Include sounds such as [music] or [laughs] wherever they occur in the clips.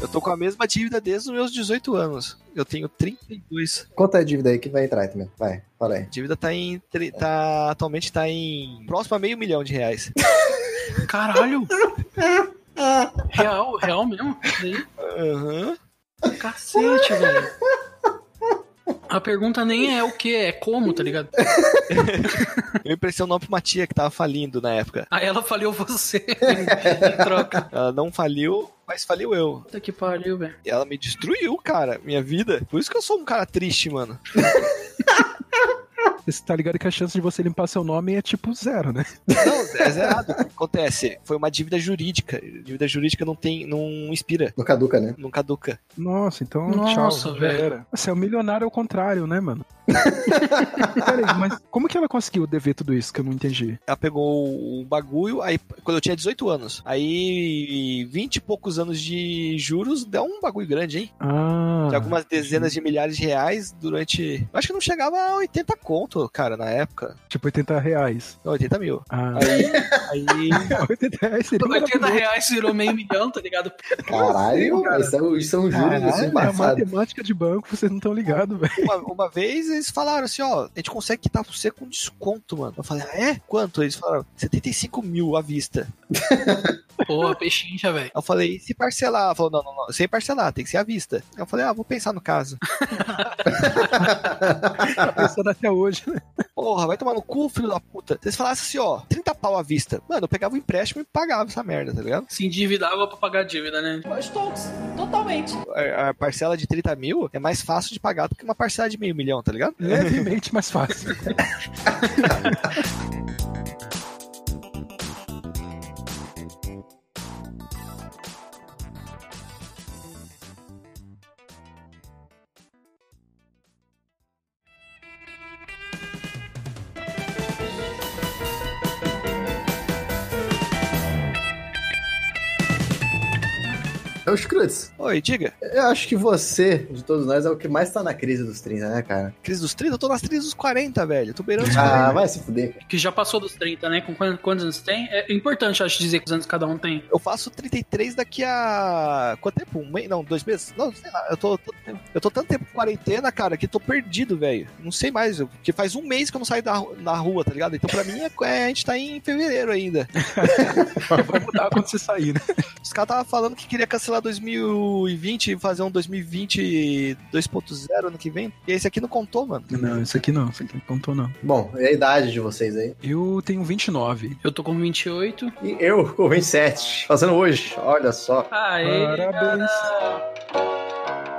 Eu tô com a mesma dívida desde os meus 18 anos. Eu tenho 32. Quanto é a dívida aí que vai entrar aí também? Vai, fala aí. A dívida tá em. tre- Tá, atualmente tá em. próximo a meio milhão de reais. Caralho! Real, real mesmo? Isso daí? Aham. Cacete, velho. A pergunta nem é o que, é como, tá ligado? Eu emprestei o nome pra uma tia que tava falindo na época. Aí ela falhou você em troca. Ela não faliu, mas faliu eu. Puta que pariu, velho. E ela me destruiu, cara, minha vida. Por isso que eu sou um cara triste, mano. Você tá ligado que a chance de você limpar seu nome é tipo zero, né? Não, é zerado. O que acontece? Foi uma dívida jurídica. Dívida jurídica não tem, não inspira, No caduca, né? não caduca. Nossa, então Nossa, tchau. já velho. era. Você é um milionário ao contrário, [laughs] né, mano? Peraí, mas como que ela conseguiu dever tudo isso que eu não entendi? Ela pegou o bagulho, aí quando eu tinha 18 anos. Aí 20 e poucos anos de juros dá um bagulho grande, hein? Ah, De algumas dezenas de milhares de reais durante. Acho que não chegava a 80 conto, cara, na época. tipo 80 reais. Não, 80 mil. Ah, [laughs] Aí. aí... 80 reais 80 seria maravilhoso. reais virou meio milhão, tá ligado? Caralho, Ah, cara. isso é um- isso são juros assim, Caralho, é a passado. matemática de banco, vocês não estão ligados, velho. Uma, uma vez eles falaram assim, ó, a gente consegue quitar você com desconto, mano. Eu falei, ah, é? Quanto? Eles falaram, 75 mil à vista. Porra, pechincha, velho. Eu falei, e se parcelar? Ela falou, não, não, não, sem parcelar, tem que ser à vista. Eu falei, ah, vou pensar no caso. Tá pensando até hoje, né? Porra, vai tomar no cu, filho da puta. Se eles falassem assim, ó, 30 pau à vista. Mano, eu pegava o empréstimo e pagava essa merda, tá ligado? Se endividava pra pagar dívida, né? A, a parcela de 30 mil é mais fácil de pagar do que uma parcela de meio milhão, tá ligado? Levemente mais fácil. É os Crutz. Oi, diga, É Eu acho que você, de todos nós, é o que mais tá na crise dos 30, né, cara? crise dos 30? Eu tô nas crises dos 40, velho. Tô beirando os 40. Ah, vai se fuder. Que já passou dos 30, né? Com quantos, quantos anos tem? É importante, acho, dizer quantos anos cada um tem. Eu faço 33 daqui a. Quanto tempo? Um mês? Não, dois meses? Não, sei lá. Eu tô, tô- eu tô tanto tempo em quarentena, cara, que tô perdido, velho. Não sei mais. eu- Porque faz um mês que eu não saio da, ru- na rua, tá ligado? Então pra mim é, é- a gente tá em fevereiro ainda. Vai mudar quando você sair, né? Os caras tava falando que queria cancelar 2020 e fazer um 2020 2.0 ano que vem. E esse aqui não contou, mano. Não, isso aqui não, isso aqui não contou, não. Bom, e a idade de vocês aí? Eu tenho 29. Eu tô com 28. E eu, com 27, fazendo hoje, olha só. Aê, Parabéns. cara.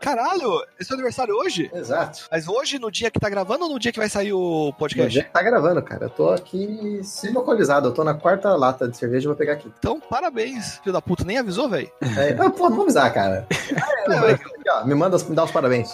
Caralho, esse é o aniversário hoje? Exato. Mas hoje, no dia que tá gravando ou no dia que vai sair o é O podcast? Jack tá gravando, cara. Eu tô aqui semi-alcoolizado. Eu tô na quarta lata de cerveja, eu vou pegar [laughs] aqui. Então, parabéns, filho da puta. Nem avisou, velho. É, ah, pô, não vou avisar, [laughs] cara. Pô, aqui, ó, me manda, me dá os parabéns.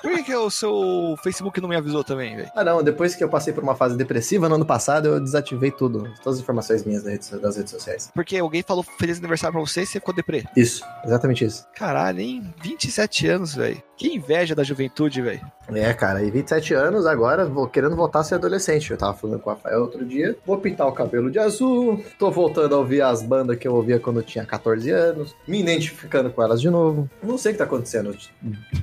Por que, que o seu Facebook não me avisou também, velho? Ah, não, depois que eu passei por uma fase depressiva no ano passado, eu desativei tudo. Todas as informações minhas das redes, das redes sociais. Porque alguém falou feliz aniversário pra você e você ficou deprê. Isso, exatamente isso. Caralho, hein? 27 anos, velho. Que inveja da juventude, velho. É, cara, e 27 anos agora, vou querendo voltar a ser adolescente. Eu tava falando com o Rafael outro dia. Vou pintar o cabelo de azul. Tô voltando a ouvir as bandas que eu ouvia quando eu tinha 14 anos. Me identificando com elas de novo. Não sei o que tá acontecendo.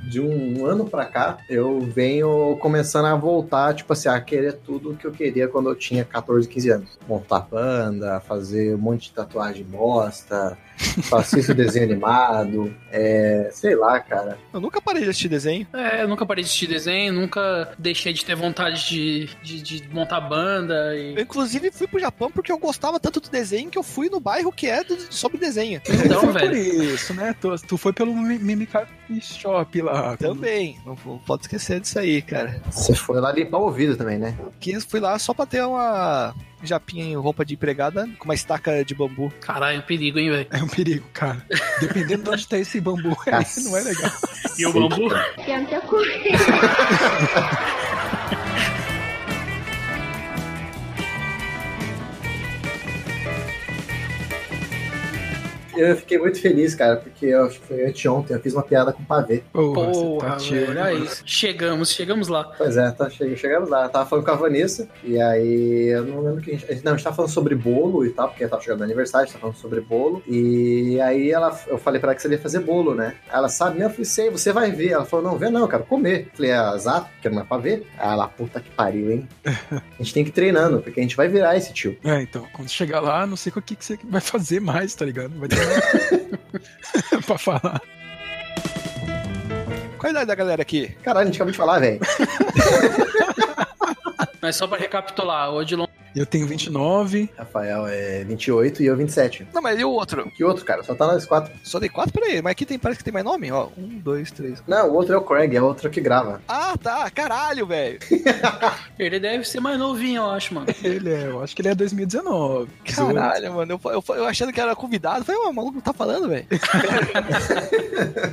De um ano pra cá, eu venho começando a voltar, tipo assim, a querer tudo que eu queria quando eu tinha 14, 15 anos. Montar banda, fazer um monte de tatuagem [laughs] bosta, fascista desenho animado. É, sei lá, cara. Eu nunca parei de assistir desenho. É, eu nunca parei de assistir desenho, nunca deixei de ter vontade de, de, de montar banda e. Eu, inclusive, fui pro Japão porque eu gostava tanto do desenho que eu fui no bairro que é do- sobre desenho. Então, foi por velho. isso, né? Tu, tu foi pelo mi- Mimica- e shop lá. Também, não vou- pode esquecer disso aí, cara. Você foi lá limpar o ouvido também, né? Que eu fui lá só pra ter uma japinha em roupa de empregada com uma estaca de bambu. Caralho, perigo, hein, velho? É um perigo, cara. Dependendo de onde tá esse bambu, aí não é legal. E o bambu? Esquenta a cu. [laughs] Eu fiquei muito feliz, cara, porque eu acho que foi anteontem, eu fiz uma piada com pavê. Porra, você Porra, tá velho, tiro. olha isso. Chegamos, chegamos lá. Pois é, tá, che- chegamos lá. Eu tava falando com a Vanessa, e aí eu não lembro o que a gente. Não, a gente tava falando sobre bolo e tal, porque tava chegando no aniversário, a gente tava falando sobre bolo. E aí ela, eu falei pra ela que você ia fazer bolo, né? Ela sabe, né? Eu falei, sei, você vai ver. Ela falou, não, vê não, eu quero comer. Eu falei, ah, exato, porque não é pra ver. Aí Ela, puta que pariu, hein? A gente tem que ir treinando, porque a gente vai virar esse tio. É, então, quando chegar lá, não sei o que, que você vai fazer mais, tá ligado? Vai ter [laughs] pra falar. Qual a idade da galera aqui? Caralho, a gente acabou de falar, velho. Mas só pra recapitular, o Odilon Eu tenho 29, Rafael é 28 e eu 27. Não, mas e o outro? Que outro, cara? Só tá nós quatro. Só dei quatro? Peraí, mas aqui tem, parece que tem mais nome? Ó, um, dois, três. Não, o outro é o Craig, é o outro que grava. [laughs] Ah, tá, caralho, velho. Ele deve ser mais novinho, eu acho, mano. ele é, eu acho que ele é 2019. Caralho, mano, eu, eu, eu achando que era convidado, falei, mano, o maluco tá falando, velho.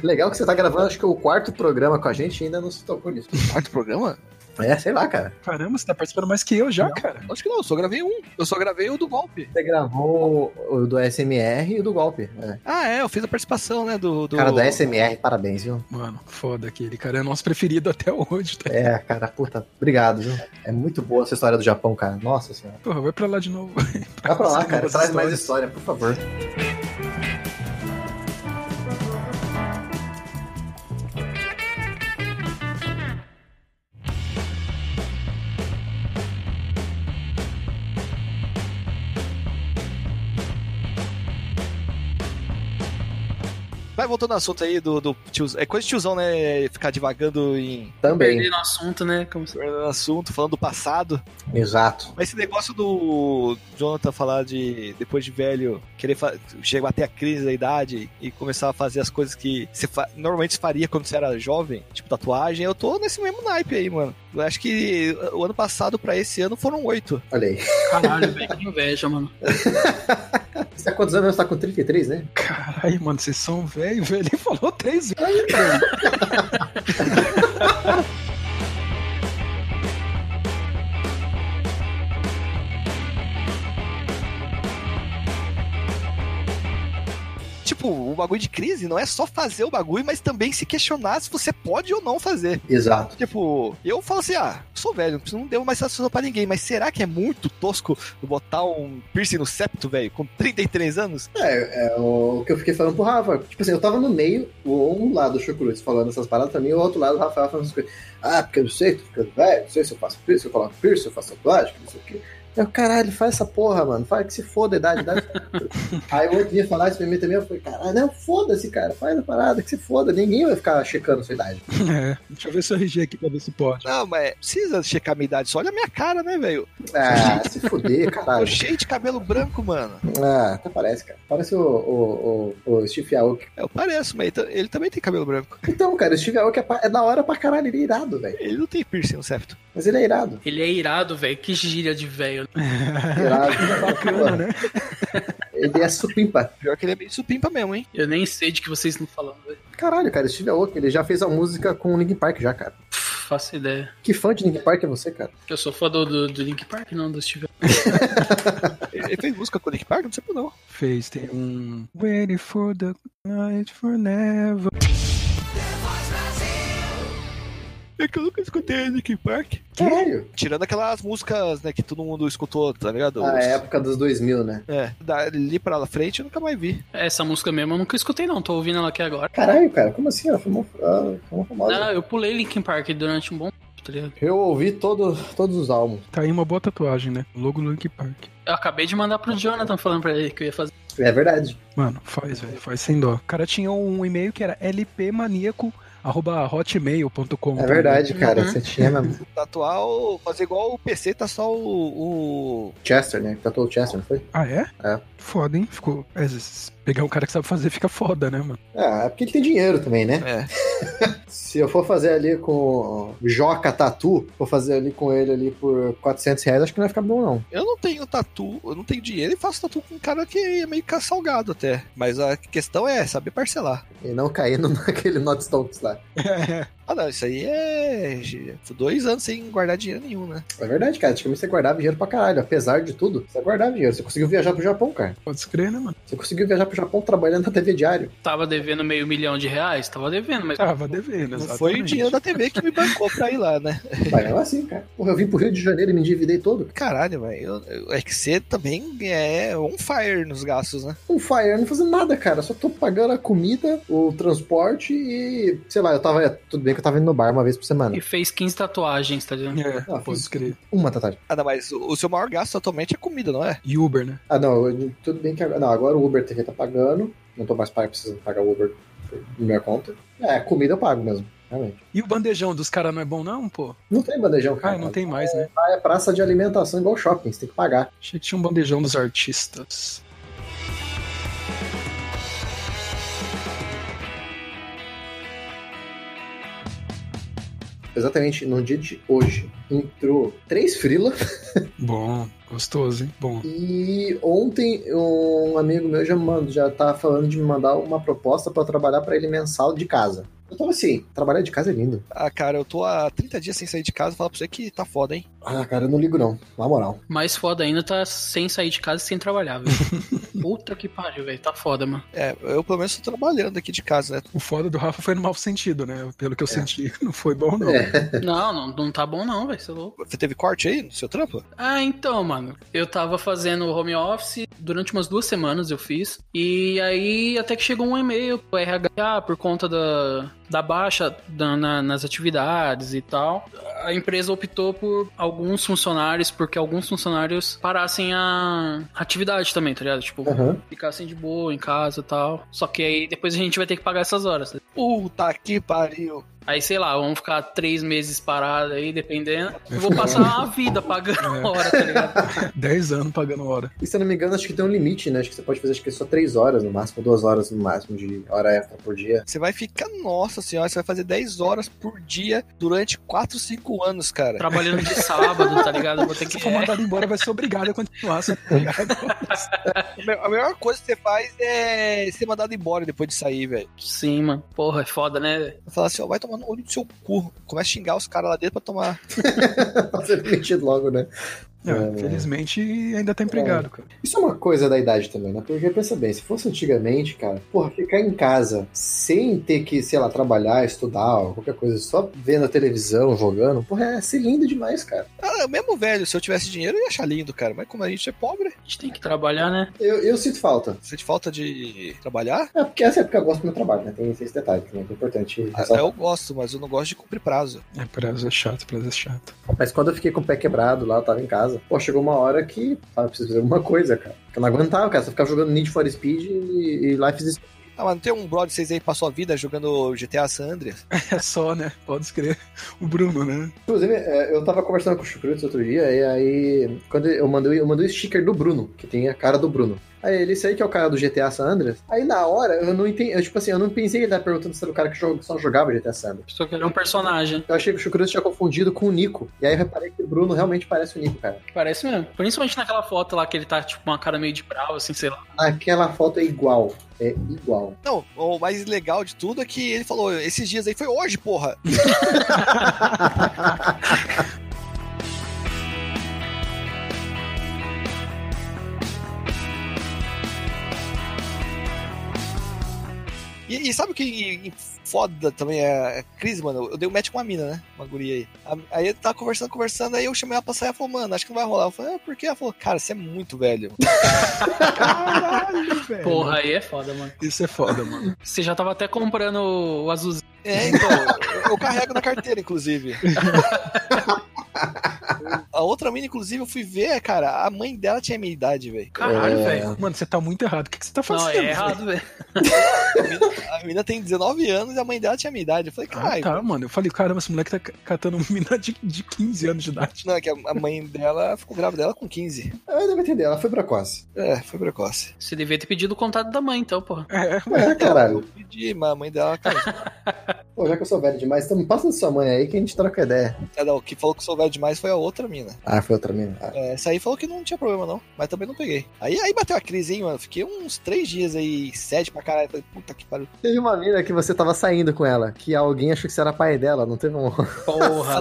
Legal que você tá gravando, acho que o quarto programa com a gente e ainda não se tocou nisso. [laughs] Quarto programa? É, sei lá, cara. Caramba, você tá participando mais que eu já, cara. Acho que não, eu só gravei um. Eu só gravei o do golpe. Você gravou o do SMR e o do golpe. É. Ah, é, eu fiz a participação, né, do... do... Cara, do SMR, parabéns, viu? Mano, foda aquele cara. É nosso preferido até hoje, tá? É, cara, puta, obrigado, viu? É muito boa essa história do Japão, cara. Nossa senhora. Porra, vai pra lá de novo. Vai pra lá, cara, Novas traz mais histórias. história, por favor. Vai voltando ao assunto aí do, do tiozão. É coisa de tiozão, né? Ficar divagando em Também. Perdendo o assunto, né? Como se- no assunto, falando do passado. Exato. Mas esse negócio do Jonathan falar de, depois de velho, querer fa- chegar até a crise da idade e começar a fazer as coisas que você fa- normalmente se faria quando você era jovem, tipo tatuagem, eu tô nesse mesmo naipe aí, mano. Eu acho que o ano passado pra esse ano foram oito. Olha aí. Caralho, velho, que inveja, mano. Você tá quantos anos? Você tá com 33, né? Caralho, mano, vocês são velho, velho. Ele falou três vezes. Tipo, o bagulho de crise não é só fazer o bagulho, mas também se questionar se você pode ou não fazer. Exato. Tipo, eu falo assim, ah, sou velho, não devo mais satisfação pra ninguém, mas será que é muito tosco eu botar um piercing no septo, velho, com 33 anos? É, é o que eu fiquei falando pro Rafa. Tipo assim, eu tava no meio, o- um lado do Chucruz falando essas paradas pra mim, o outro lado o Rafael falando essas coisas. Ah, porque eu não sei, tô ficando velho, não sei se eu faço piercing, se eu coloco piercing, se eu faço tatuagem, não sei o quê. Eu, caralho, faz essa porra, mano. Fala que se foda a idade, a idade. Aí o outro dia falar isso pra mim também, eu falei, caralho, não, foda-se, cara, faz a parada, que se foda, ninguém vai ficar checando a sua idade. É, deixa eu ver seu RG aqui pra ver se pode. Não, mas precisa checar minha idade, só olha a minha cara, né, velho? Ah, se foder, Tô caralho. cheio de cabelo branco, mano. Ah, até parece, cara. Parece o, o, o, o Steve Aoki. É, Eu pareço, mas ele ta- ele também tem cabelo branco. Então, cara, o Steve Aoki é, pa- é da hora pra caralho, ele é irado, velho. Ele não tem piercing no septo. Mas ele é irado. Ele é irado, velho. Que gíria de velho. né? Irado. Bacana, né? Ele é supimpa. Pior que ele é meio supimpa mesmo, hein? Eu nem sei de que vocês estão falando, velho. Caralho, cara, Steve Aoki, ele já fez a música com o Linkin Park já, cara. Pff, Faço ideia. Que fã de Linkin Park é você, cara? Eu sou fã do, do, do Link Park, não, do Steve. Ele ele fez música com o Nick Park? Não sei por não. Fez, tem um. Waiting for the night forever. É que eu nunca escutei Nick Park. Caralho. Tirando aquelas músicas, né, que todo mundo escutou, tá ligado? A época dos 2000, né? É, dali pra frente eu nunca mais vi. Essa música mesmo eu nunca escutei, não. Tô ouvindo ela aqui agora. Caralho, cara, como assim? Ela foi uma, ela foi uma famosa. Ah, eu pulei Linkin Park durante um bom tempo, tá ligado? Eu ouvi todo, todos os álbuns. Tá aí uma boa tatuagem, né? Logo do Link Park. Eu acabei de mandar pro Jonathan falando pra ele que eu ia fazer. É verdade. Mano, faz, velho. Faz sem dó. O cara tinha um e-mail que era lpmaníaco.gmail.com arroba hotmail.com. É verdade, cara. Uhum. Você tinha mesmo. Tatuar, o- fazer igual o PC, tá só o. o- Chester, né? Tatuou o Chester, não foi? Ah, é? É. Foda, hein? Ficou. é, s- pegar um cara que sabe fazer fica foda, né, mano? Ah, é porque ele tem dinheiro também, né? É. Se eu for fazer ali com Joca Tatu, vou fazer ali com ele ali por 400 reais, acho que não vai ficar bom, não. Eu não tenho tatu, eu não tenho dinheiro e faço tatu com um cara que é meio ca- salgado até. Mas a questão é saber parcelar. E não [laughs] caindo naquele Not Stonks lá. Ah, não, isso aí é. Tô dois anos sem guardar dinheiro nenhum, né? É verdade, cara. Antigamente você guardava dinheiro pra caralho. Apesar de tudo, você guardava dinheiro. Você conseguiu viajar pro Japão, cara. Pode escrever, né, mano? Você conseguiu viajar pro Japão trabalhando na TV [laughs] diário. Tava devendo meio milhão de reais? Tava devendo, mas. Tava devendo, Não né? exatamente. foi o dinheiro da TV que me bancou pra ir lá, né? [laughs] Vai mesmo assim, cara. Porra, eu vim pro Rio de Janeiro e me endividei todo. Caralho, velho. eu- eu- É que você também é on fire nos gastos, né? Um fire, eu não fazendo nada, cara. Só tô pagando a comida, o transporte e. Sei lá, eu tava. é, Tudo bem que eu tava indo no bar uma vez por semana. E fez 15 tatuagens, tá ligado? É, Ah, pode escrever. Uma da tarde. Ah, não, mas o o seu maior gasto atualmente é comida, não é? E Uber, né? Ah, não, eu- tudo bem que agora. Não, agora o Uber TV tá pagando. Não tô mais pagando, precisando pagar o Uber na minha conta. É, comida eu pago mesmo, realmente. E o bandejão dos caras não é bom, não, pô? Não tem bandejão, cara. Ah, não tem mais, né? Lá é praça de alimentação igual shopping, você tem que pagar. Achei que tinha um bandejão dos artistas. Exatamente no dia de hoje entrou três frila Bom, gostoso, hein? Bom. e ontem um amigo meu já manda, já tá falando de me mandar uma proposta pra eu trabalhar pra ele mensal de casa. Eu tava assim, trabalhar de casa é lindo. Ah, cara, eu tô há 30 dias sem sair de casa. Falar pra você que tá foda, hein? Ah, cara, eu não ligo não, na moral. Mais foda ainda tá sem sair de casa e sem trabalhar, velho. Puta que pariu, velho. Tá foda, mano. É, eu pelo menos tô trabalhando aqui de casa, né? O foda do Rafa foi no mau sentido, né? Pelo que eu senti, [laughs] não foi bom, não. É. Não, não, não tá bom não, velho. Você é louco. Você teve corte aí no seu trampo? Ah, então, mano. Eu tava fazendo home office durante umas duas semanas eu fiz. E aí até que chegou um e-mail pro RH por conta da, da baixa da- na- nas atividades e tal. A empresa optou por alguns funcionários, porque alguns funcionários parassem a atividade também, tá ligado? Tipo, Aham. ficassem de boa em casa e tal. Só que aí depois a gente vai ter que pagar essas horas. tá ligado? Puta que pariu. Aí, sei lá, vamos ficar três meses parado aí, dependendo. Eu vou passar a vida pagando a hora, tá ligado? 10 anos pagando hora. E se eu não me engano, acho que tem um limite, né? Acho que você pode fazer acho que só três horas no máximo, duas horas no máximo de hora extra por dia. [laughs] Você vai ficar, nossa senhora, você vai fazer 10 horas por dia durante 4, 5 anos, cara. trabalhando de sábado, tá ligado? Eu Vou ter que. Se for mandado embora, vai ser obrigado a continuar. Você tá É. ligado? A me- a melhor coisa que você faz é ser mandado embora depois de sair, velho. Sim, mano. Porra, é foda, né? Vai falar assim, ó, vai tomar no olho do seu cu. Começa a xingar os caras lá dentro pra tomar. Pra ser demitido logo, né? Não, É, Infelizmente, ainda tá empregado, cara. Isso é uma coisa da idade também, né? Porque pensa bem, se fosse antigamente, cara, porra, ficar em casa sem ter que, sei lá, trabalhar, estudar, ou qualquer coisa, só vendo a televisão, jogando, porra, é ser lindo demais, cara. Ah, mesmo velho, se eu tivesse dinheiro, eu ia achar lindo, cara. Mas como a gente é pobre, A gente tem que trabalhar, né? Eu, eu sinto falta. sente falta de trabalhar? É porque essa é porque eu gosto do meu trabalho, né? Tem esses detalhes também, que é importante. Ah, ressaltar. eu gosto, mas eu não gosto de cumprir prazo. É, prazo é chato, prazo é chato. Mas quando eu fiquei com o pé quebrado lá, eu tava em casa, pô, chegou uma hora que, sabe, eu preciso fazer alguma coisa, cara. Eu não aguentava, cara, só ficava jogando Need for Speed e, e Life is Ah, mas não tem um brother de vocês aí que passou a vida jogando GTA San Andreas? É só, né? Pode escrever. O Bruno, né? Inclusive, é, eu tava conversando com o Chucrutz outro dia, e aí quando eu mandei, eu mandei o sticker do Bruno, que tem a cara do Bruno. Aí ele, esse aí que é o cara do GTA San Andreas. Aí na hora, eu não entendi, eu, tipo assim, eu não pensei que ele tava perguntando se era o cara que joga- só jogava GTA San Andreas. Só que ele é um personagem. Eu achei que o Chucrutz tinha confundido com o Nico. E aí eu reparei que o Bruno realmente parece o Nico, cara. Parece mesmo. Principalmente naquela foto lá que ele tá, tipo, com uma cara meio de bravo, assim, sei lá. Aquela foto é igual. É igual. Não, o mais legal de tudo é que ele falou, esses dias aí foi hoje, porra. E, e sabe o que foda também é a crise, mano? Eu dei um match com uma mina, né? Uma guria aí. A- Aí ele tava conversando, conversando, aí eu chamei ela pra sair, ela falou, mano, acho que não vai rolar. Eu falei, ah, por quê? Ela falou, cara, você é muito velho. [laughs] Caralho, velho. Porra, aí é foda, mano. Isso é foda, mano. Você já tava até comprando o azulzinho. [laughs] É, então, eu- eu carrego na carteira, inclusive. a outra mina, inclusive, eu fui ver, cara, a mãe dela tinha a minha idade, velho. Caralho, É. velho. Mano, você tá muito errado. O que, que você tá Não, fazendo? é errado, velho. A mina- A menina tem 19 anos e a mãe dela tinha a minha idade. Eu falei, Ah, caralho. tá, mano. Eu falei, caramba, esse moleque tá ca- catando uma mina de, de 15 anos de idade. Não, é que a a mãe dela ficou grávida dela com 15. Eu devo entender, ela foi pra quase. É, foi precoce. Você devia ter pedido o contato da mãe, então, porra. [laughs] É, É, Eu caralho. pedi, mas a mãe dela, cara, tá, Pô, já que eu sou velho demais, então me passa sua mãe aí que a gente troca ideia. é, não, o que falou que sou velho demais foi a outra mina. Ah, foi outra mina. Ah, É, essa aí falou que não tinha problema, não. Mas também não peguei. Aí, aí bateu a crise, hein, mano. Fiquei uns três dias aí, sete pra caralho. Falei, puta que pariu. Teve uma mina que você tava saindo com ela, que alguém achou que você era pai dela, não teve um. Ah, Porra,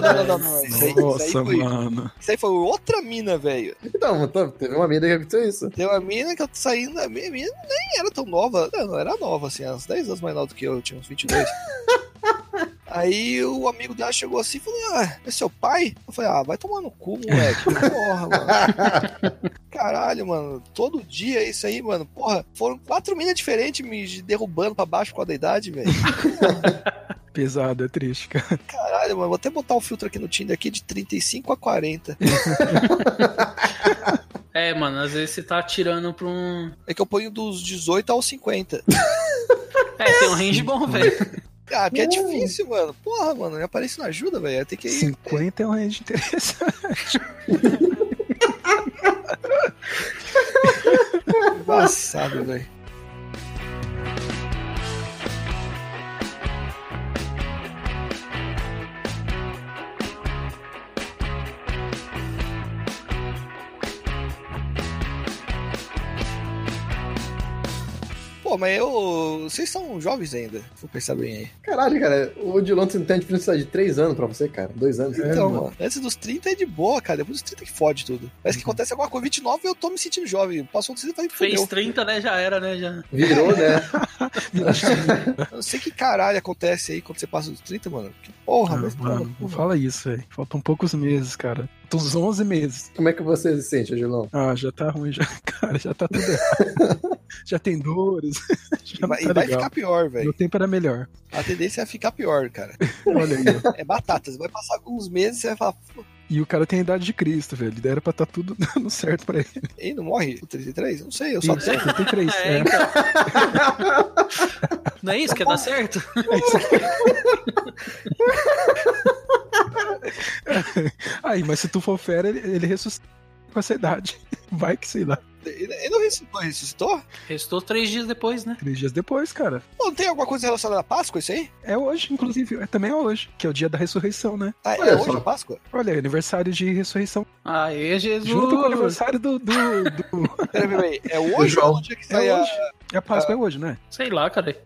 não, não, velho. não, não. Isso aí, isso nossa, aí foi, mano. isso aí foi outra mina, velho. Então, então, teve uma mina que aconteceu isso. Tem uma mina que eu saí da minha mina, nem era tão nova, não, não era nova, assim, era uns 10 anos mais nova do que eu, eu tinha uns 22. Aí o amigo dela chegou assim e falou: Ah, é seu pai? Eu falei: Ah, vai tomar no cu, moleque. Porra, mano. Caralho, mano. Todo dia é isso aí, mano. Porra, foram quatro minas diferentes me derrubando pra baixo por causa da idade, velho. Pesado, é triste, cara. Caralho, mano. Vou até botar um filtro aqui no Tinder aqui de 35 a 40. É, mano, às vezes você tá atirando pra um. É que eu ponho dos 18 aos 50. É, tem um range bom, [laughs] velho. Ah, porque é difícil, mano. Porra, mano. Minha aparência não ajuda, velho. Tem que ir. 50 é um range interessante. Embaçado, velho. Pô, mas eu. Vocês são jovens ainda, vou pensar bem aí. Caralho, cara, o Dilon tem tem diferença de 3 anos pra você, cara. 2 anos. É, então, mano. mano, antes dos 30 é de boa, cara. Depois dos 30 que fode tudo. Parece que Uhum. acontece alguma coisa. 29 eu tô me sentindo jovem. Passou dos 30 e falei, Fez fudeu. 30, né? Já era, né? Já. Virou, né? Eu não sei que caralho acontece aí quando você passa dos 30, mano. Que porra, Ah, mas, mano, não fala isso, velho. Faltam poucos meses, cara. Faltam uns 11 meses. Como é que você se sente, Dilon? Ah, já tá ruim, já, [laughs] cara. Já tá tudo errado. [laughs] já tem dores. [laughs] E Já não vai, tá e vai legal. ficar pior, Meu velho. tempo era melhor. A tendência é ficar pior, cara. Olha aí, ó. É batata. Você vai passar alguns meses e você vai falar, "Pô, E o cara tem a idade de Cristo, velho. Era pra tá tudo [laughs] dando certo pra ele. ele não morre com 33? Não sei, eu só sei. 33. É, É, então. Não é isso? Quer dar certo? Aí, mas se tu for fera, ele, ele ressuscita com essa idade. Vai que sei lá. Ele ele não ressuscitou, ressuscitou? Restou três dias depois, né? Três dias depois, cara. Pô, Não tem alguma coisa relacionada à Páscoa isso aí? É hoje, inclusive. É, também é hoje, que é o dia da ressurreição, né? Ah, é Olha hoje só. a Páscoa? Olha, é aniversário de ressurreição. Aê, Jesus. Junto com o aniversário do. do, do- Peraí, peraí. É hoje ou João. no dia que É sai a... hoje. É a Páscoa, é hoje, né? Sei lá, cara.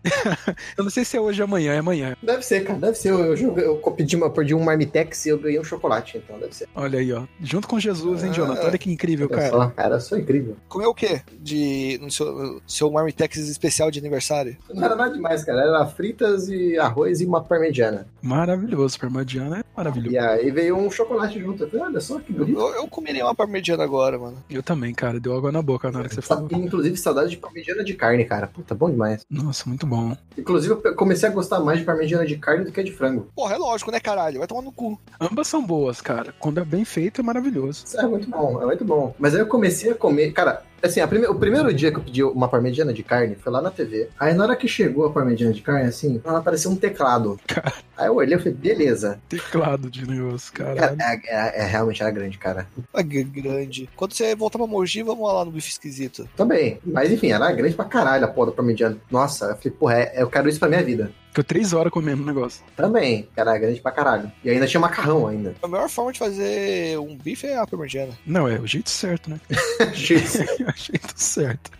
Eu não sei se é hoje ou amanhã, é amanhã. Deve ser, cara, deve ser. Eu, eu, joguei- eu pedi uma, perdi um marmitex e eu ganhei um chocolate, então deve ser. Olha aí, ó. Junto com Jesus, hein, Ah. Jonathan? Olha que incrível, Olha cara. só, cara, eu sou incrível. Comeu é o quê? De... No seu, seu Marmitex especial de aniversário? Não era nada demais, cara. Era fritas e arroz e uma parmegiana. Maravilhoso. Parmadiana é maravilhoso. E aí veio um chocolate junto. Eu falei, olha só que bonito. Eu, eu comeria uma parmegiana agora, mano. Eu também, cara. Deu água na boca na hora que você Sa- falou. Inclusive, saudade de parmegiana de carne, cara. Puta, bom demais. Nossa, muito bom. Inclusive, eu pe- comecei a gostar mais de parmegiana de carne do que de frango. Porra, é lógico, né, caralho? Vai tomar no cu. Ambas são boas, cara. Quando é bem feito, é maravilhoso. Isso é muito bom, é muito bom. Mas aí eu comecei a comer. Cara, assim, a prime- o primeiro dia que eu pedi uma parmegiana de carne foi lá na TV. Aí na hora que chegou a parmegiana de carne, assim, ela apareceu um teclado. Cara. Aí eu olhei e falei, beleza. Teclado de negócio, Cara, caralho. é, é- é- realmente era grande, cara. Ah, gr- grande. Quando você voltar pra Mogi, vamos lá no bife esquisito. Também. Mas enfim, era grande pra caralho a porra da parmegiana. Nossa, eu falei, porra, é- eu quero isso pra minha vida. Ficou três horas comendo o negócio. Também, era grande pra caralho. E ainda tinha macarrão ainda. [laughs] A melhor forma de fazer um bife é a parmegiana. Não, é o jeito certo, né? [laughs] X. Eu achei tudo certo.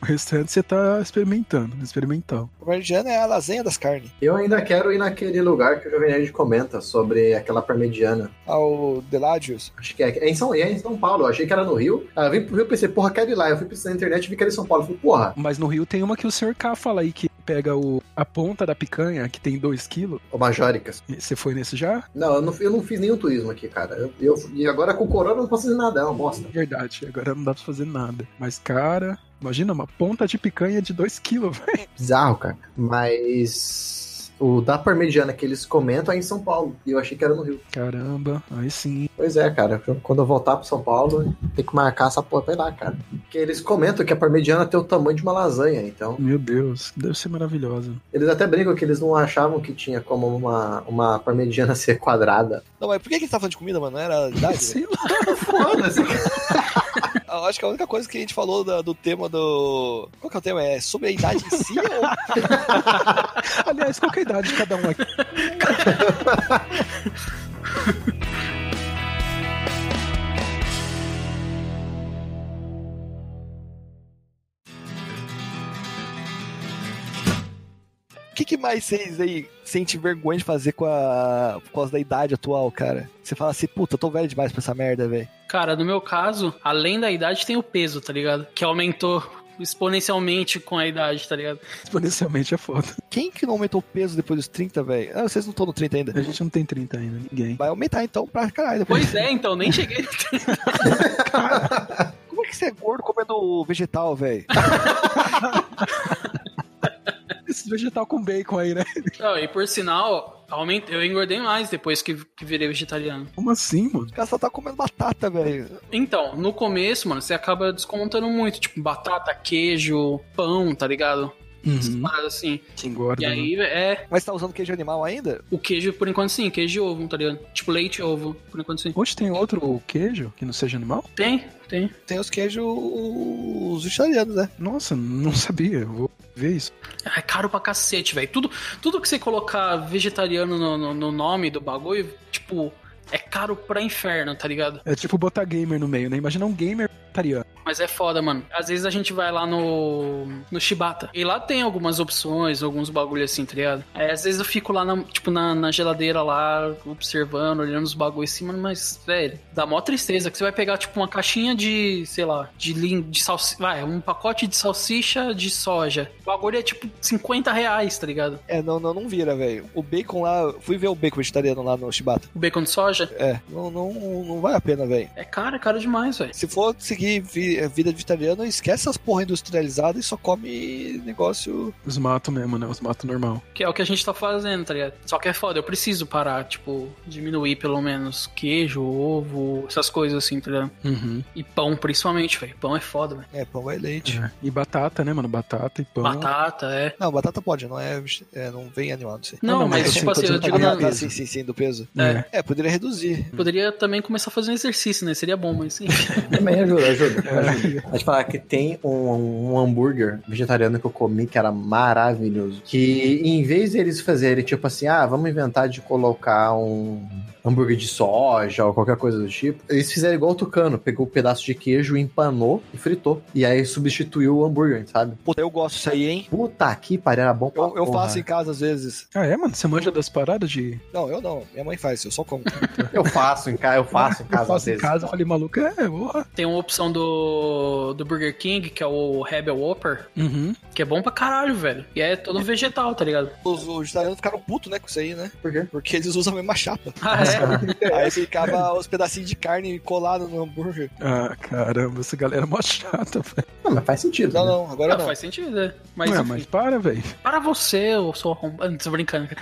O restante você tá experimentando, experimental. Parmegiana é a lasanha das carnes. Eu ainda quero ir naquele lugar que o Jovem Nerd comenta sobre aquela parmegiana. Ao Deladius. Acho que é. É em São, é em São Paulo. Eu achei que era no Rio. Aí eu vim pro Rio e pensei, porra, quero ir lá. Eu fui pesquisar na internet e vi que era em São Paulo. Eu falei, porra, Mas no Rio tem uma que o senhor K fala aí que pega o, a ponta da picanha, que tem 2 quilos. ô Majóricas. E Você foi nesse já? Não eu, não, eu não fiz nenhum turismo aqui, cara. Eu, eu- e agora com o corona eu não posso fazer nada, é uma bosta. Verdade, agora não dá pra fazer nada. Mas, cara, imagina uma ponta de picanha de 2 quilos, velho. Bizarro, cara. Mas. o da parmegiana que eles comentam é em São Paulo. E eu achei que era no Rio. Caramba, aí sim. Pois é, cara. Quando eu voltar pro São Paulo, tem que marcar essa porra pra ir lá, cara. Porque eles comentam que a parmegiana tem o tamanho de uma lasanha, então. Meu Deus, deve ser maravilhosa. Eles até brincam que eles não achavam que tinha como uma, uma parmegiana [laughs] ser quadrada. Não, mas por que que a gente tá falando de comida, mano? Não era [laughs] idade? né? Sei lá. Foda-se. Eu acho que a única coisa que a gente falou da- do tema do. Qual que é o tema? É sobre a idade em si ou Aliás, qual que é a idade de cada um aqui? O que, que mais vocês aí sentem vergonha de fazer com a... por causa da idade atual, cara? Você fala assim, puta, eu tô velho demais pra essa merda, velho. Cara, no meu caso, além da idade, tem o peso, tá ligado? Que aumentou exponencialmente com a idade, tá ligado? Exponencialmente é foda. Quem que não aumentou o peso depois dos 30, velho? Ah, vocês não estão no 30 ainda. A gente não tem 30 ainda, ninguém. Vai aumentar então pra caralho. Depois. Pois é, então, nem cheguei. Como é que você é gordo comendo vegetal, velho? Esse vegetal com bacon aí, né? Não, e por sinal, aument... eu engordei mais depois que, que virei vegetariano. Como assim, mano? O cara só tá comendo batata, velho. Então, no começo, mano, você acaba descontando muito, tipo, batata, queijo, pão, tá ligado? Uhum. Essas paradas assim. Que engorda. E né? aí, é, Mas tá usando queijo animal ainda? o queijo, por enquanto sim, queijo e ovo, tá ligado? Tipo, leite e ovo, por enquanto sim. Hoje tem outro queijo que não seja animal? Tem, tem. Tem os queijos vegetarianos, né? Nossa, não sabia. eu Vou ver isso. É caro pra cacete, velho. Tudo, tudo que você colocar vegetariano no, no- no nome do bagulho, tipo, é caro pra inferno, tá ligado? É tipo botar gamer no meio, né? Imagina um gamer vegetariano. Mas é foda, mano. Às vezes a gente vai lá no. no Shibata. E lá tem algumas opções, alguns bagulho assim, tá ligado? Aí às vezes eu fico lá, na, tipo, na, na geladeira lá, observando, olhando os bagulho assim, mano, mas, velho, dá mó tristeza que você vai pegar, tipo, uma caixinha de, sei lá, de, lin- de salsicha. Vai, um pacote de salsicha de soja. O bagulho é tipo 50 reais, tá ligado? É, não, não, não vira, velho. O bacon lá, fui ver o bacon vegetariano lá no Shibata. O bacon de soja. É, não, não, não vale a pena, velho. É caro, é caro demais, velho. Se for seguir vi- eh, vida de vegetariano, esquece essas porra industrializada e só come negócio. Os matos mesmo, né? Os matos normal. Que é o que a gente tá fazendo, tá ligado? Só que é foda, eu preciso parar, tipo, diminuir pelo menos queijo, ovo, essas coisas assim, tá ligado? Uhum. E pão, principalmente, velho. Pão é foda, velho. É, pão vai leite. Tipo, E batata, né, mano? Batata e pão. Batata, é. Não, batata pode, não é, vege- é, não vem animal, não sei. Não, não, mas, mas tipo assim, assim, eu tô digo, dizendo Ah, na- tá, sim, sim, sim, do peso. É. É, poderia reduzir. poderia também começar a fazer um exercício, né? Seria bom, mas sim. [laughs] Também [laughs] ajuda, ajuda. É. ajuda. Mas falar que tem um, um hambúrguer vegetariano que eu comi que era maravilhoso. Que em vez deles fazerem tipo assim, ah, vamos inventar de colocar um hambúrguer de soja ou qualquer coisa do tipo, eles fizeram igual o Tucano, pegou um pedaço de queijo, empanou e fritou. E aí substituiu o hambúrguer, sabe? Puta, eu gosto disso aí, hein? Puta que pariu, era bom pra Eu, eu porra. faço em casa às vezes. Ah, é, mano? Você manja das paradas de. Não, eu não. Minha mãe faz, eu só [laughs] como. Eu faço em casa, [laughs] eu faço em casa eu faço às vezes. em casa, eu falei, maluco, é, porra. Tem uma opção do, do Burger King, que é o Rebel Whopper, Uhum. que é bom pra caralho, velho. E é todo vegetal, tá [laughs] ligado? É. Os, os vegetarianos ficaram putos, né, com isso aí, né? Por quê? Porque eles usam a mesma chapa. Ah, é? Aí ficava os pedacinhos de carne colado no hambúrguer. Ah, caramba, essa galera é mó chata, velho. Não, mas faz sentido. Não, né? não, agora Ah, não. faz sentido, é. Mas, Mas, é, enfim, mas para, velho. para você, eu sou arrombado. Tô brincando, cara.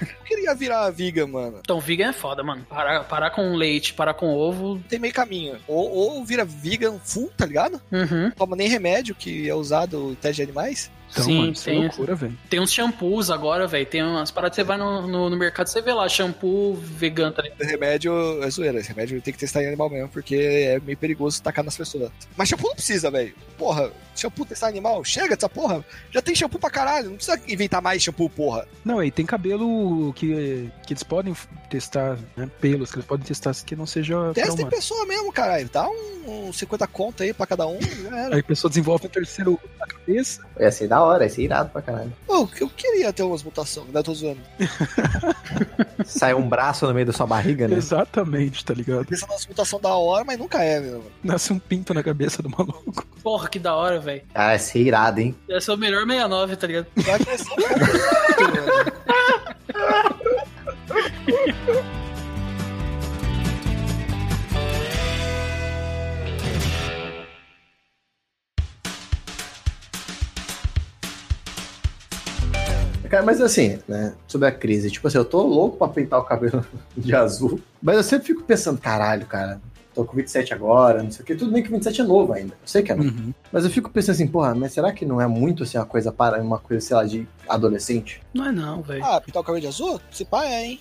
Eu queria virar viga, mano. Então, vegan é foda, mano. Parar, parar com leite, parar com ovo. Tem meio caminho. Ou, ou vira vegan full, tá ligado? Uhum. Não toma nem remédio que é usado em teste de animais. Então, Sim, mano, isso é tem- loucura, velho. Tem uns shampoos agora, velho. Tem umas paradas que você vai no, no, no mercado, você vê lá, shampoo vegano, tá ligado? Remédio é zoeira. Esse remédio tem que testar em animal mesmo, porque é meio perigoso tacar nas pessoas. Mas shampoo não precisa, velho. Porra, shampoo testar em animal? Chega dessa porra. Já tem shampoo pra caralho. Não precisa inventar mais shampoo, porra. Não, e tem cabelo que, que eles podem testar, né? Pelos que eles podem testar assim, que não seja. Testa em traumado. pessoa mesmo, caralho. Dá um, um 50 conto aí pra cada um. Já era. Aí a pessoa desenvolve um terceiro olho na cabeça. Ia ser da hora, ia ser irado pra caralho. Pô, eu, eu queria ter umas mutações, né? Eu tô zoando. Sai um braço no meio da sua [laughs] barriga, né? Exatamente, tá ligado? Pensa nas mutações da hora, mas nunca é, meu. Nasce um pinto na cabeça do maluco. Porra, que da hora, velho. Ah, ia ser irado, hein? Esse é o melhor 69, tá ligado? Vai crescer um pouco, mano. Cara, mas assim, né? Sobre a crise. Tipo assim, eu tô louco pra pintar o cabelo [laughs] de azul. Mas eu sempre fico pensando, caralho, cara. Tô com 27 agora, não sei o que. Tudo bem que 27 é novo ainda. Eu sei que é novo. Uhum. Mas eu fico pensando assim, porra, mas será que não é muito assim uma coisa para uma coisa, sei lá, de adolescente? Não é não, velho. Ah, pintar o cabelo de azul? Se pá, é, hein?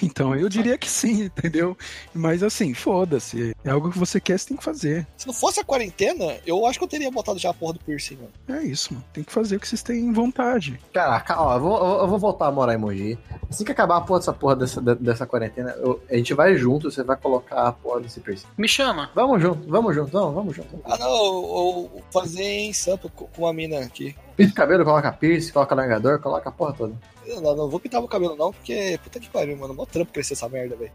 Então, eu diria que sim, entendeu? Mas assim, foda-se. É algo que você quer, você tem que fazer. Se não fosse a quarentena, eu acho que eu teria botado já a porra do piercing, mano. É isso, mano. Tem que fazer o que vocês têm vontade. Caraca, ó, eu vou, eu- eu vou voltar a morar em Mogi. Assim que acabar a porra dessa porra dessa, de- dessa quarentena, eu- a gente vai junto, você vai colocar a porra desse piercing. Me chama. Vamos junto, vamos junto, não, vamos junto. Ah, não, ou ou fazer em sampa com com uma mina aqui. Pinta o cabelo, coloca piercing, coloca largador, coloca a porra toda. Eu não, não vou pintar meu cabelo, não, porque puta que pariu, mano. Mó trampo crescer essa merda, velho.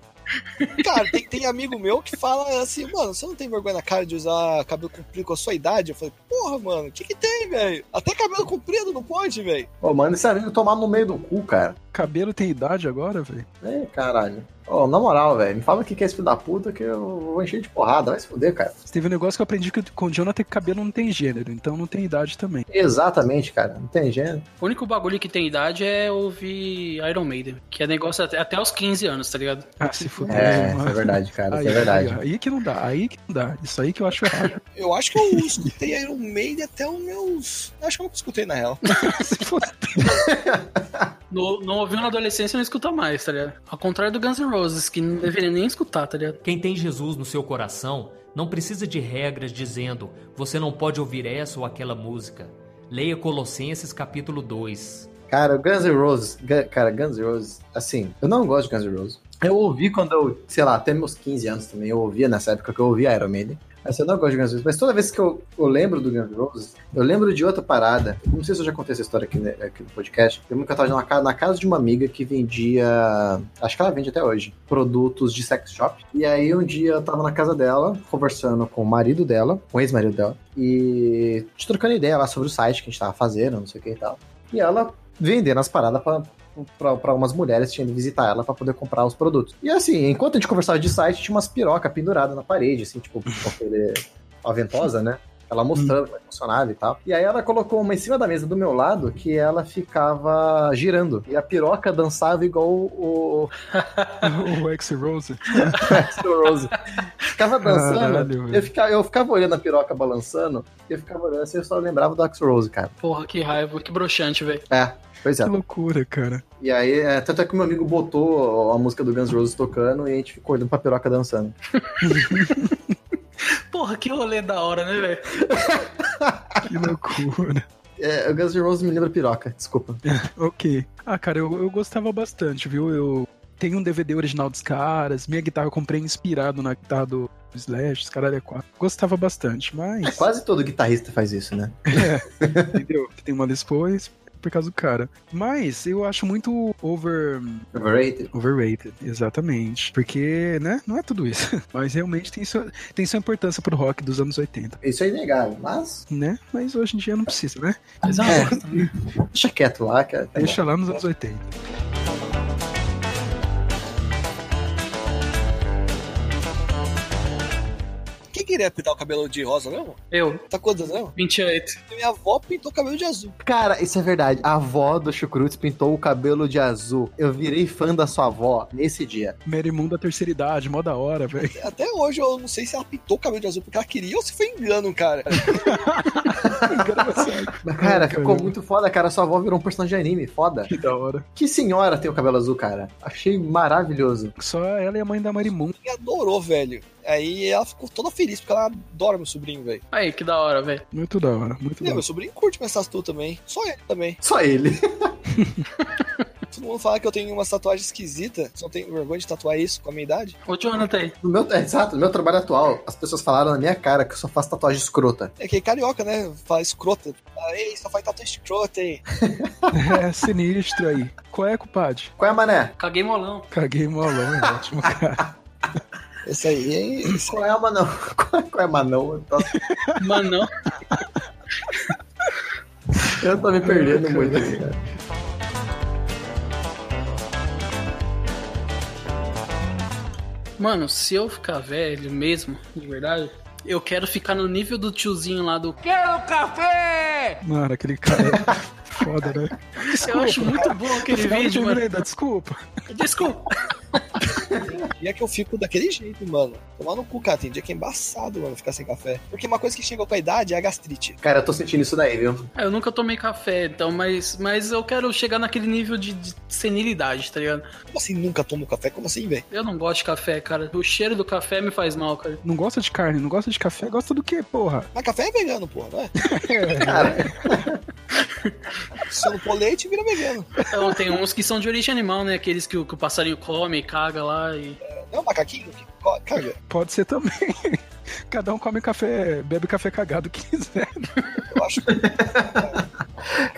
Cara, tem, tem amigo meu que fala assim, mano, você não tem vergonha na cara de usar cabelo comprido com a sua idade? Eu falei, porra, mano, o que que tem, velho? Até cabelo comprido não pode, velho. Ô, manda esse amigo tomar no meio do cu, cara. Cabelo tem idade agora, velho? É, caralho. Ô, na moral, velho, me fala o que que é esse filho da puta que eu vou encher de porrada, vai se fuder, cara. Teve um negócio que eu aprendi que com o Jonathan que cabelo não tem gênero, então não tem idade também. Exatamente, cara, não tem gênero. O único bagulho que tem idade é ouvir Iron Maiden, que é negócio até, até os 15 anos, tá ligado? Ah, se fuder. É, mano. isso é verdade, cara, Aí, isso é verdade. aí, aí que não dá, aí é que não dá. Isso aí que eu acho errado. [laughs] Eu acho que eu escutei Iron Maiden até os meus... Eu acho que eu nunca escutei, na real. Se fuder. No, não ouviu na adolescência não escuta mais, tá ligado? Ao contrário do Guns N' Roses, que não deveria nem escutar, tá ligado? Quem tem Jesus no seu coração não precisa de regras dizendo você não pode ouvir essa ou aquela música. Leia Colossenses capítulo 2. Cara, o Guns N' Roses, Gu- cara, Guns N' Roses, assim, eu não gosto de Guns N' Roses. Eu ouvi quando eu, sei lá, até meus 15 anos também, eu ouvia nessa época que eu ouvia Iron Maiden. Mas eu não gosto de Guns N' Roses. Mas toda vez que eu, eu lembro do Guns N' Roses, eu lembro de outra parada. Não sei se eu já contei essa história aqui, né, aqui no podcast. Eu lembro que eu tava na casa, na casa de uma amiga que vendia, acho que ela vende até hoje, produtos de sex shop. E aí um dia eu tava na casa dela, conversando com o marido dela, com o ex-marido dela, e trocando ideia lá sobre o site que a gente tava fazendo, não sei o que e tal. E ela vendendo as paradas pra, pra, pra umas mulheres que tinham ido visitar ela pra poder comprar os produtos. E assim, enquanto a gente conversava de site, tinha umas piroca pendurada na parede, assim, [laughs] tipo, com aquele- uma ventosa, né? Ela mostrando como é que funcionava e tal. E aí ela colocou uma em cima da mesa do meu lado que ela ficava girando. E a piroca dançava igual o, o o ex Rose. Axl [laughs] Rose. Ficava dançando. Caralho, velho. Eu ficava, eu ficava olhando a piroca balançando. E eu ficava olhando assim, eu só lembrava do Axl Rose, cara. Porra, que raiva, que broxante, velho. É, pois é. Que loucura, cara. E aí, é, tanto é que meu amigo botou a música do Guns N' Roses tocando e a gente ficou olhando pra piroca dançando. Porra, que rolê da hora, né, velho? Que loucura. É, o Guns N' Roses me lembra piroca, desculpa. ok. Ah, cara, eu, eu gostava bastante, viu? Eu tenho um DVD original dos caras, minha guitarra eu comprei inspirado na guitarra do Slash, os caras é quatro. Gostava bastante, mas. Quase todo guitarrista faz isso, né? entendeu? Que tem uma Les Paul é por causa do cara. Mas eu acho muito over Overrated. Overrated, exatamente. Porque, né, não é tudo isso. [laughs] Mas realmente tem sua, tem sua importância pro rock dos anos 80, Isso é inegável, mas né? Mas hoje em dia não precisa, né? Mas é uma É. bosta, né? deixa quieto lá, cara. Tá Deixa lá nos anos 80. Quem queria pintar o cabelo de rosa mesmo? Eu, Tá quantos anos mesmo? 28. Minha avó pintou o cabelo de azul. bom. Cara, isso é verdade. A avó do Chucrutes pintou o cabelo de azul. Eu virei fã da sua avó nesse dia. Mary Moon da terceira idade, mó da hora, velho. Até hoje eu não sei se ela pintou o cabelo de azul porque ela queria ou se foi engano, cara. Mas, cara, Ai, ficou caramba. muito foda, cara. Sua avó virou um personagem de anime, foda. Que da hora. Que senhora tem o cabelo azul, cara. Achei maravilhoso. Só ela e a mãe da Mary Moon. E adorou, velho. Aí ela ficou toda feliz porque ela adora meu sobrinho, velho. Aí, que da hora, velho. Muito da hora, muito da Não, hora. meu sobrinho curte minhas tatu também. Só ele também. Só ele. Todo mundo fala que eu tenho uma tatuagem esquisita. Só tenho vergonha de tatuar isso com a minha idade. Ô, Jonathan aí. [laughs] No meu, é, exato, no meu trabalho atual, as pessoas falaram na minha cara que eu só faço tatuagem escrota. É que é carioca, né? Fala escrota. Ah, Ei, só faz tatu escrota, hein? [laughs] É sinistro aí. Qual é, compadre? Qual é, mané? Caguei molão. Caguei molão, é ótimo, cara. Esse aí é. esse- Qual é, manão? [laughs] Qual é, qual é manão? Eu tô, Mano, não. eu tô me perdendo Ai, muito. cara. Cara. [laughs] Mano, se eu ficar velho mesmo, de verdade, eu quero ficar no nível do tiozinho lá do. Mano, aquele cara foda, né? Eu acho muito bom aquele vídeo, mano. Brenda, desculpa. Desculpa. E é que eu fico daquele jeito, mano. Tomar no cu, cara. Tem dia que é embaçado, mano, ficar sem café. Porque uma coisa que chega com a idade é a gastrite. Cara, eu tô sentindo isso daí, viu? Ah, Eu nunca tomei café, então, mas, mas eu quero chegar naquele nível de, de senilidade, tá ligado? Como assim nunca tomo café? Como assim, velho? Eu não gosto de café, cara. O cheiro do café me faz mal, cara. Não gosta de carne, não gosta de café, gosta do quê, porra? Mas café é vegano, porra, não é? Cara, Se eu não pôr leite, vira vegano. Então, tem uns que são de origem animal, né? Aqueles que, o- que o passarinho come e caga lá e. Não é um macaquinho que co- caga? Pode ser também. [laughs] Cada um come café, bebe café cagado que quiser. Eu acho que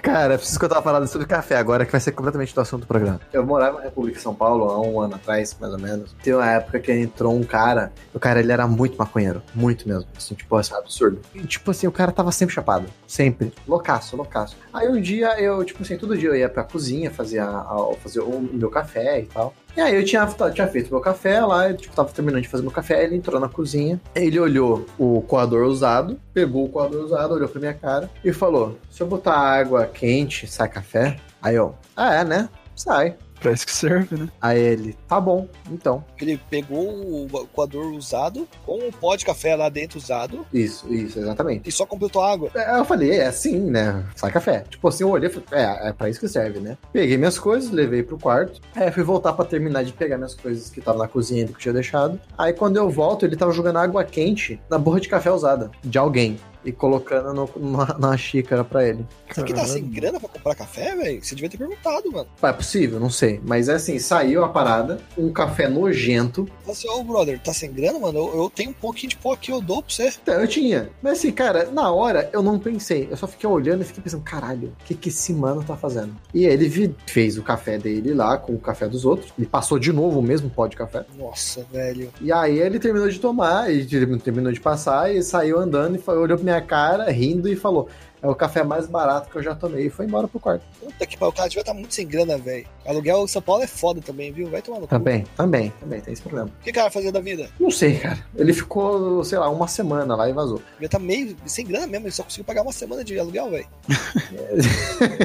cara, preciso que eu tava falando sobre café agora, que vai ser completamente do assunto do programa. Eu morava na República de São Paulo há um ano atrás, mais ou menos. Tem uma época que entrou um cara, o cara ele era muito maconheiro, muito mesmo. Assim, tipo, assim, absurdo. E, tipo assim, o cara tava sempre chapado. Sempre. Loucaço, loucaço. Aí um dia eu, tipo assim, todo dia eu ia pra cozinha fazer, a, a- fazer o meu café e tal. E aí eu tinha, tinha feito meu café lá, eu tipo, tava terminando de fazer meu café, ele entrou na cozinha, ele olhou o coador usado, pegou o coador usado, olhou pra minha cara e falou: se eu botar água quente, sai café? Aí eu, ah é, né? Sai. Pra isso que serve, né? Aí ele, tá bom, então. ele pegou o coador usado com o pó de café lá dentro usado Isso, isso, exatamente. e só completou a água. Aí eu falei, é assim, né? Sai café. Tipo assim, eu olhei e falei, é, é pra isso que serve, né? Peguei minhas coisas, levei pro quarto. Aí eu fui voltar pra terminar de pegar minhas coisas que tava na cozinha ainda que eu tinha deixado. Aí quando eu volto, ele tava jogando água quente na borra de café usada de alguém. E colocando no, [laughs] na, na xícara pra ele. Você que tá sem grana pra comprar café, velho? Você devia ter perguntado, mano. Pá, É possível, não sei. Mas é assim, saiu a parada, um café nojento. Fala assim, ô brother, tá sem grana, mano? Eu, eu tenho um pouquinho de pó aqui, eu dou pra você. Então, eu tinha. Mas assim, cara, na hora eu não pensei. Eu só fiquei olhando e fiquei pensando, caralho, o que, que esse mano tá fazendo? E aí ele vi- fez o café dele lá com o café dos outros. Ele passou de novo o mesmo pó de café. Nossa, velho. E aí ele terminou de tomar, e ele terminou de passar, e saiu andando e fa- olhou pra minha cara, rindo, e falou: É o café mais barato que eu já tomei. E foi embora pro quarto. Puta que pariu, o cara devia tá muito sem grana, velho. Aluguel em São Paulo é foda também, viu? Vai tomar no cu. Também, também, também, tem esse problema. O que o cara fazia da vida? Não sei, cara. Ele ficou, sei lá, uma semana lá e vazou. Devia tá meio sem grana mesmo, ele só conseguiu pagar uma semana de aluguel, velho.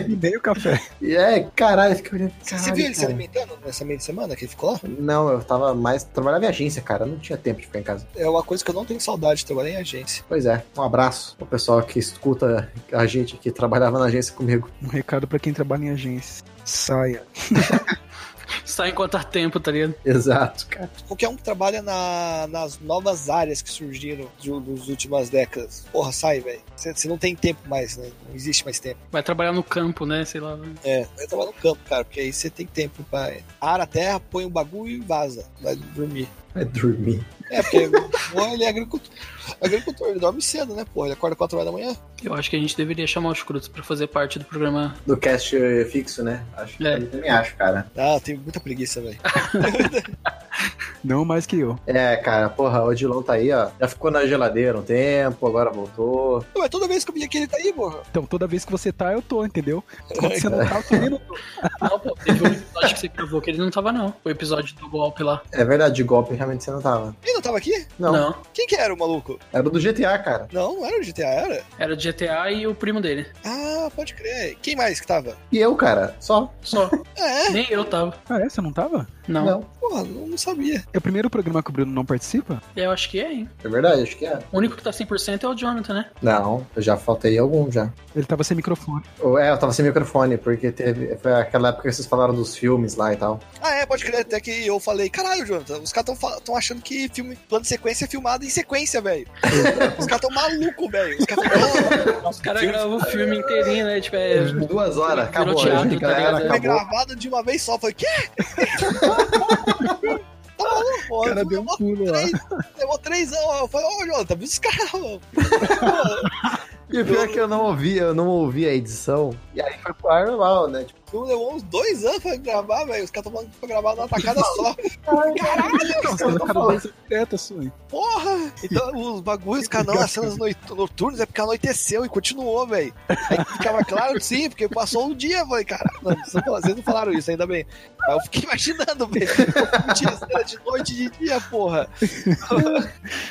E nem o café. E é, caralho, eu fiquei olhando. Você caralho, viu ele se cara. alimentando nessa meia semana que ele ficou lá? Não, eu tava mais. Trabalhava em agência, cara. Eu não tinha tempo de ficar em casa. É uma coisa que eu não tenho saudade de trabalhar em agência. Pois é, um abraço pro pessoal que escuta a gente que trabalhava na agência comigo. [laughs] Um recado pra quem trabalha em agência. Saia. Sai enquanto há tempo, tá ligado? Exato, cara. Qualquer um que trabalha na- nas novas áreas que surgiram de- nas últimas décadas. Porra, sai, velho. Você você não tem tempo mais, né? Não existe mais tempo. Vai trabalhar no campo, né? Sei lá. É, vai trabalhar no campo, cara, porque aí você tem tempo pra. Ara a terra, põe o bagulho e vaza. Vai dormir. Vai dormir. É, porque o Juan, ele é agricultor. Agricultor, ele dorme cedo, né, pô? Ele acorda 4 horas da manhã. Eu acho que a gente deveria chamar os Crutos pra fazer parte do programa. Do cast fixo, né? Acho que É. eu também acho, cara. Ah, tem muita preguiça, velho. Não mais que eu. É, cara, porra, o Odilon tá aí, ó. Já ficou na geladeira um tempo, agora voltou. Não, Mas toda vez que eu vim aqui, ele tá aí, porra. Então, toda vez que você tá, eu tô, entendeu? Quando você não tá, eu também [laughs] não tô. Não, pô, teve um episódio que você gravou que ele não tava, não. O episódio do golpe lá. É verdade, de golpe realmente você não tava. Ele não tava aqui? Não, Quem que era o maluco? era do GTA, cara. Não, não era o GTA, era? Era de GTA e o primo dele. Ah, pode crer. Quem mais que tava? E eu, cara, só. Só. É, Nem eu tava. Ah, é? Você não tava? Não. Não. porra, não, não sabia. É o primeiro programa que o Bruno não participa? Eu acho que é, hein? É verdade, acho que é. O único que tá 100% é o Jonathan, né? Não, eu já faltei algum já. Ele tava sem microfone. Ou, É, eu tava sem microfone, porque teve. Foi aquela época que vocês falaram dos filmes lá e tal. Ah, é, pode crer. Até que eu falei, caralho, Jonathan, os caras tão, fa- tão achando que filme, plano de sequência é filmado em sequência, velho. os caras tão malucos, velho. Os caras tão Os caras gravam o filme inteirinho, né? Tipo, é. Duas horas, Virou acabou. teatro, gente, tá galera, ligado? é acabou. gravado de uma vez só. Eu falei, quê? tá maluco, pô. Eu um falei, "Mó pulo Três, levou três anos. Eu falei, ô, Jonathan, viu os caras? mano?" E o pior é que eu não ouvi, eu não ouvi a edição. E aí foi pro ar normal, né? Tipo, filme levou uns dois anos pra gravar, velho. Os caras estão falando que foi gravado numa tacada só. Nossa, o cara vai ser direto, assim. Porra! Então os bagulhos, os canal, as cenas noi- noturnas é porque anoiteceu e continuou, velho. Aí ficava claro, sim, porque passou um dia, velho, cara. Não, vocês não- Vocês não falaram isso, ainda bem. Aí eu fiquei imaginando, velho. Tinha cena de noite e de dia, porra.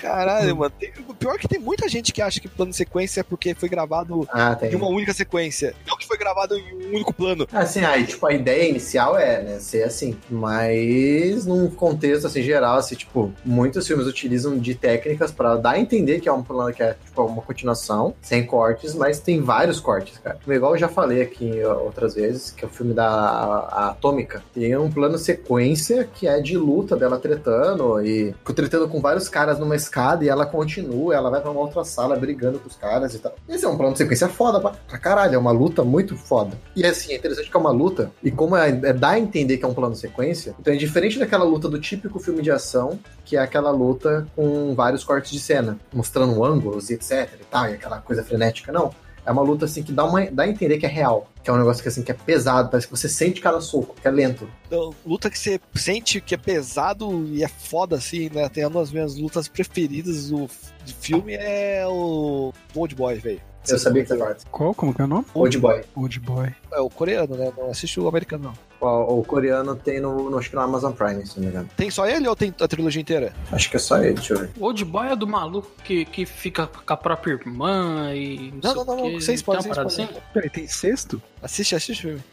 Caralho, mano. Tem- o pior é que tem muita gente que acha que plano de sequência é porque foi gravado Ah, tem. em uma única sequência. Não que foi gravado em um único plano. Assim, aí, tipo, a ideia inicial é, né, ser assim. Mas num contexto, assim, geral, assim, tipo, muitos filmes utilizam de técnicas pra dar a entender que é um plano que é, tipo, uma continuação, sem cortes, mas tem vários cortes, cara. Igual eu já falei aqui ó, outras vezes, que é o filme da a- Atômica. Tem um plano sequência que é de luta dela tretando e tretando com vários caras numa escada e ela continua, ela vai pra uma outra sala brigando com os caras e tal. Esse é um plano de sequência foda pra, pra caralho, é uma luta muito foda. E assim, é interessante que é uma luta, e como é, é- dá a entender que é um plano de sequência, então é diferente daquela luta do típico filme de ação, que é aquela luta com vários cortes de cena, mostrando ângulos e etc e tal, e aquela coisa frenética, não. É uma luta assim que dá, uma, dá a entender que é real. Que é um negócio que assim que é pesado, parece que você sente cada soco, que é lento. Então, luta que você sente que é pesado e é foda, assim, né? Tem uma das minhas lutas preferidas do, do filme é o Old Boy, velho. Eu sabia que você fala. Qual? Como que é o nome? Old Boy. Old Boy. É o coreano, né? Não assiste o americano, não. O, o coreano tem no, no, acho que no Amazon Prime, se não me engano. Tem só ele ou tem a trilogia inteira? Acho que é só ele, deixa eu ver. O Old Boy é do maluco que, que fica com a própria irmã e. Não, não, sei o não, não. quê. Sem Tem uma spoiler, sem parada spoiler. assim? Peraí, tem sexto? assim? Assiste, assiste o filme.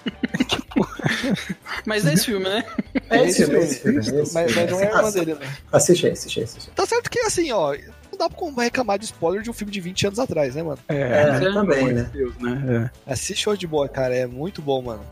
Mas é esse filme, né? É esse esse filme, mesmo, esse filme, esse Mas, filme. mas não é a irmã dele, né? Assiste aí, assiste aí, assiste aí. Tá certo que, assim, ó, não dá pra reclamar de spoiler de um filme de 20 anos atrás, né, mano? É, É, também, Meu né? Deus, né? Assiste Old Boy, cara. É muito bom, mano.